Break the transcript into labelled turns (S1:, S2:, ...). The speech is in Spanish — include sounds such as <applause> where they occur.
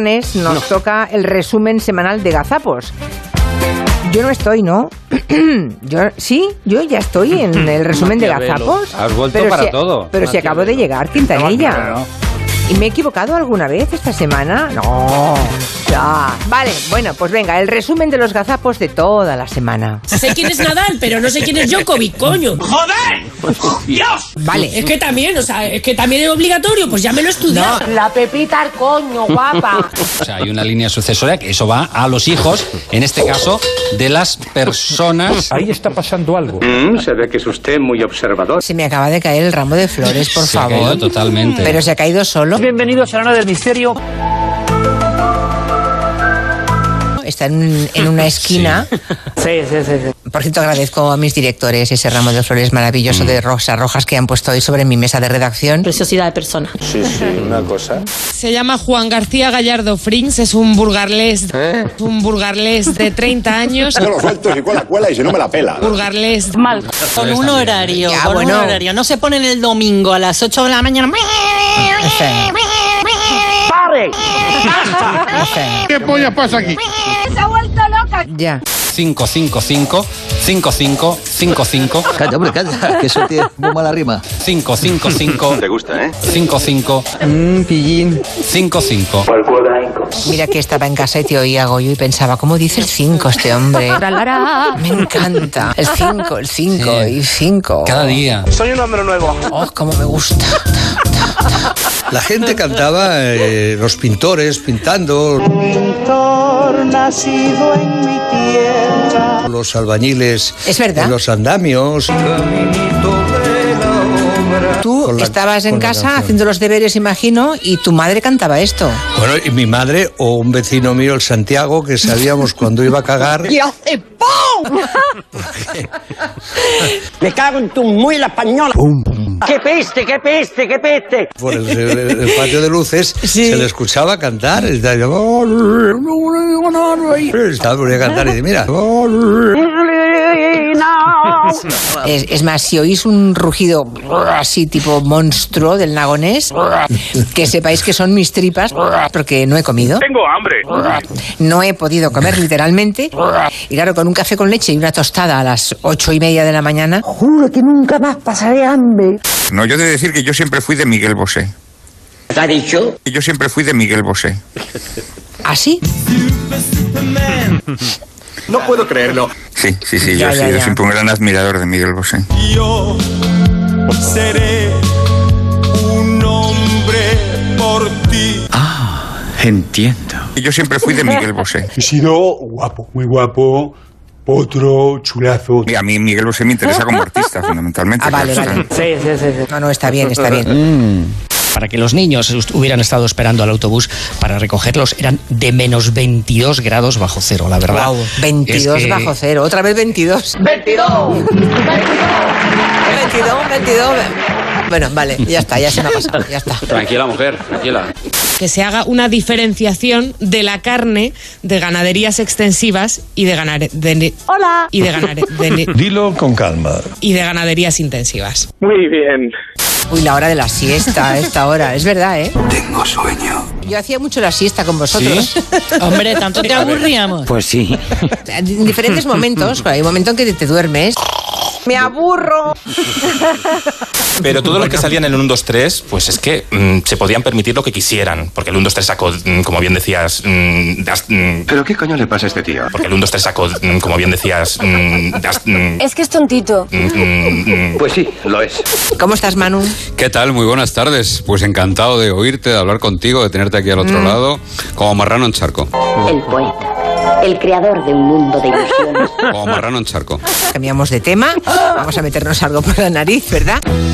S1: viernes nos
S2: No.
S1: toca el resumen semanal de Gazapos. Yo no estoy, ¿no? <clears throat> yo sí, yo ya estoy en el resumen de
S3: Maquiavelo.
S1: Gazapos.
S2: Has vuelto para
S1: si-
S2: todo.
S1: Pero si acabo de
S3: Maquiavelo.
S1: llegar, Quintanilla. ¿Y me he equivocado alguna vez esta semana? No. Ya. Vale, bueno, pues venga, el resumen de los gazapos de toda la semana.
S4: Sé quién es Nadal, pero no sé quién es Djokovic, coño.
S1: Vale.
S4: Es que también, o sea, es que también es obligatorio, pues ya me lo he estudiado.
S5: La pepita al coño, guapa. <laughs>
S6: O sea, hay una línea sucesoria que eso va a los hijos, en este caso, de las personas.
S7: Ahí está pasando algo.
S3: Mm, se ve que es usted muy observador.
S1: Se me acaba de caer el ramo de flores, por
S6: Se ha caído eh, totalmente.
S1: se ha caído solo.
S5: Bienvenidos a la hora del misterio.
S1: Está en, en una esquina.
S5: Sí, sí, sí. sí.
S1: Por cierto, agradezco a mis directores ese ramo de flores maravilloso
S2: Mm.
S1: de rosas rojas que han puesto hoy sobre mi mesa de redacción.
S4: Preciosidad de persona.
S8: Se llama Juan García Gallardo Frings, es un burgarlés, un burgarlés de 30 años,
S9: Yo lo suelto si cuela, cuela y si no me la pela.
S8: burgarlés
S5: Mal.
S6: Con un horario.
S1: Ya, bueno.
S4: No se ponen el domingo a las 8 de la mañana.
S1: No sé,
S5: ¡Pare!
S1: no sé.
S7: ¿Qué polla pasa aquí?
S1: Ya.
S6: 555 55 55
S2: Calla, hombre, calla, que eso tiene muy mala rima.
S6: 555
S3: Te gusta, ¿eh?
S6: 55
S2: Mmm, pillín.
S6: 55
S1: Mira que estaba en casa y te oía Goyo y pensaba, ¿cómo dice el 5 este hombre? Me encanta. El 5, el 5
S6: Sí.
S1: y 5.
S6: cada día.
S1: Oh, cómo me gusta.
S2: La gente cantaba, eh, los pintores pintando. Pintor nacido en mi tierra. Los albañiles
S1: Es verdad.
S2: en los andamios.
S1: Tú
S2: Con la-
S1: estabas en
S2: con la
S1: casa
S2: canción.
S1: haciendo los deberes, imagino, y tu madre cantaba esto.
S2: Bueno, y mi madre o un vecino mío, el Santiago, que sabíamos cuando iba a cagar.
S5: ¡Y hace ¡pum! ¡Me cago en tu muy la española!
S2: ¡Pum! pum,
S5: ¡Qué peste, qué peste, qué peste!
S2: Por el, el- el patio de luces
S1: Sí.
S2: se le escuchaba cantar. Y estaba, estaba volviendo a cantar y dice, mira.
S1: Es, es más, si oís un rugido brr, así tipo monstruo del
S2: <laughs>
S1: nagonés, brr, que sepáis que son mis tripas brr, porque no he comido.
S3: Tengo hambre.
S1: No he podido comer literalmente. Y claro, con un café con leche y una tostada a las ocho y media de la mañana.
S5: Juro que nunca más pasaré hambre.
S10: No, yo he de decir que yo siempre fui de Miguel Bosé.
S5: ¿Te ha dicho?
S10: Y Yo siempre fui de Miguel Bosé.
S1: ¿Así?
S9: No puedo creerlo.
S10: Sí, sí, sí,
S1: Ya,
S10: yo he
S1: ya,
S10: sido
S1: ya.
S10: siempre un gran admirador de Miguel Bosé.
S7: Yo seré un hombre por ti.
S3: Entiendo.
S10: Y yo siempre fui de Miguel Bosé.
S7: He sido guapo, muy guapo, potro, chulazo.
S10: Y a mí Miguel Bosé me interesa como artista, fundamentalmente.
S1: Ah, vale,
S10: claro
S1: vale.
S10: está.
S5: Sí, sí, sí. sí.
S1: No, no, está bien, está bien.
S4: Para que los niños hubieran estado esperando al autobús para recogerlos, eran de menos 22 grados bajo cero, la verdad.
S1: Wow, 22
S4: Es que-
S1: bajo cero. Otra vez 22. 22, 22. Bueno, vale, ya está, ya se me ha pasado, ya está.
S3: Tranquila, mujer, tranquila.
S8: que se haga una diferenciación de la carne de ganaderías extensivas y de ganar de-
S5: Hola.
S8: y de ganar de-
S7: Dilo con calma.
S8: y de ganaderías intensivas.
S3: Muy bien.
S1: Uy, la hora de la siesta, esta hora, es verdad, ¿eh? Tengo sueño. Yo hacía mucho la siesta con vosotros.
S4: Hombre, tanto
S8: <laughs>
S4: te aburríamos.
S3: Pues sí.
S1: <laughs> En diferentes momentos, pero hay un momento en que te duermes. Me aburro.
S11: Pero todos los que salían en el 1, 2, 3, pues es que mm, se podían permitir lo que quisieran. Porque el 1, 2, 3 sacó, mm, como bien decías, mm, das- mm,
S3: ¿Pero qué coño le pasa a este tío?
S11: porque el 1, 2, 3 sacó, mm, como bien decías, mm, das- mm,
S8: Es que es tontito.
S11: mm, mm, mm.
S3: Pues sí, lo es.
S1: ¿Cómo estás, Manu?
S6: ¿Qué tal? Muy buenas tardes. Pues encantado de oírte, de hablar contigo, de tenerte aquí al otro lado, como marrano en charco.
S5: El poeta, el creador de un mundo de ilusiones.
S6: Como marrano en charco.
S1: Cambiamos de tema. Vamos a meternos algo por la nariz, ¿verdad?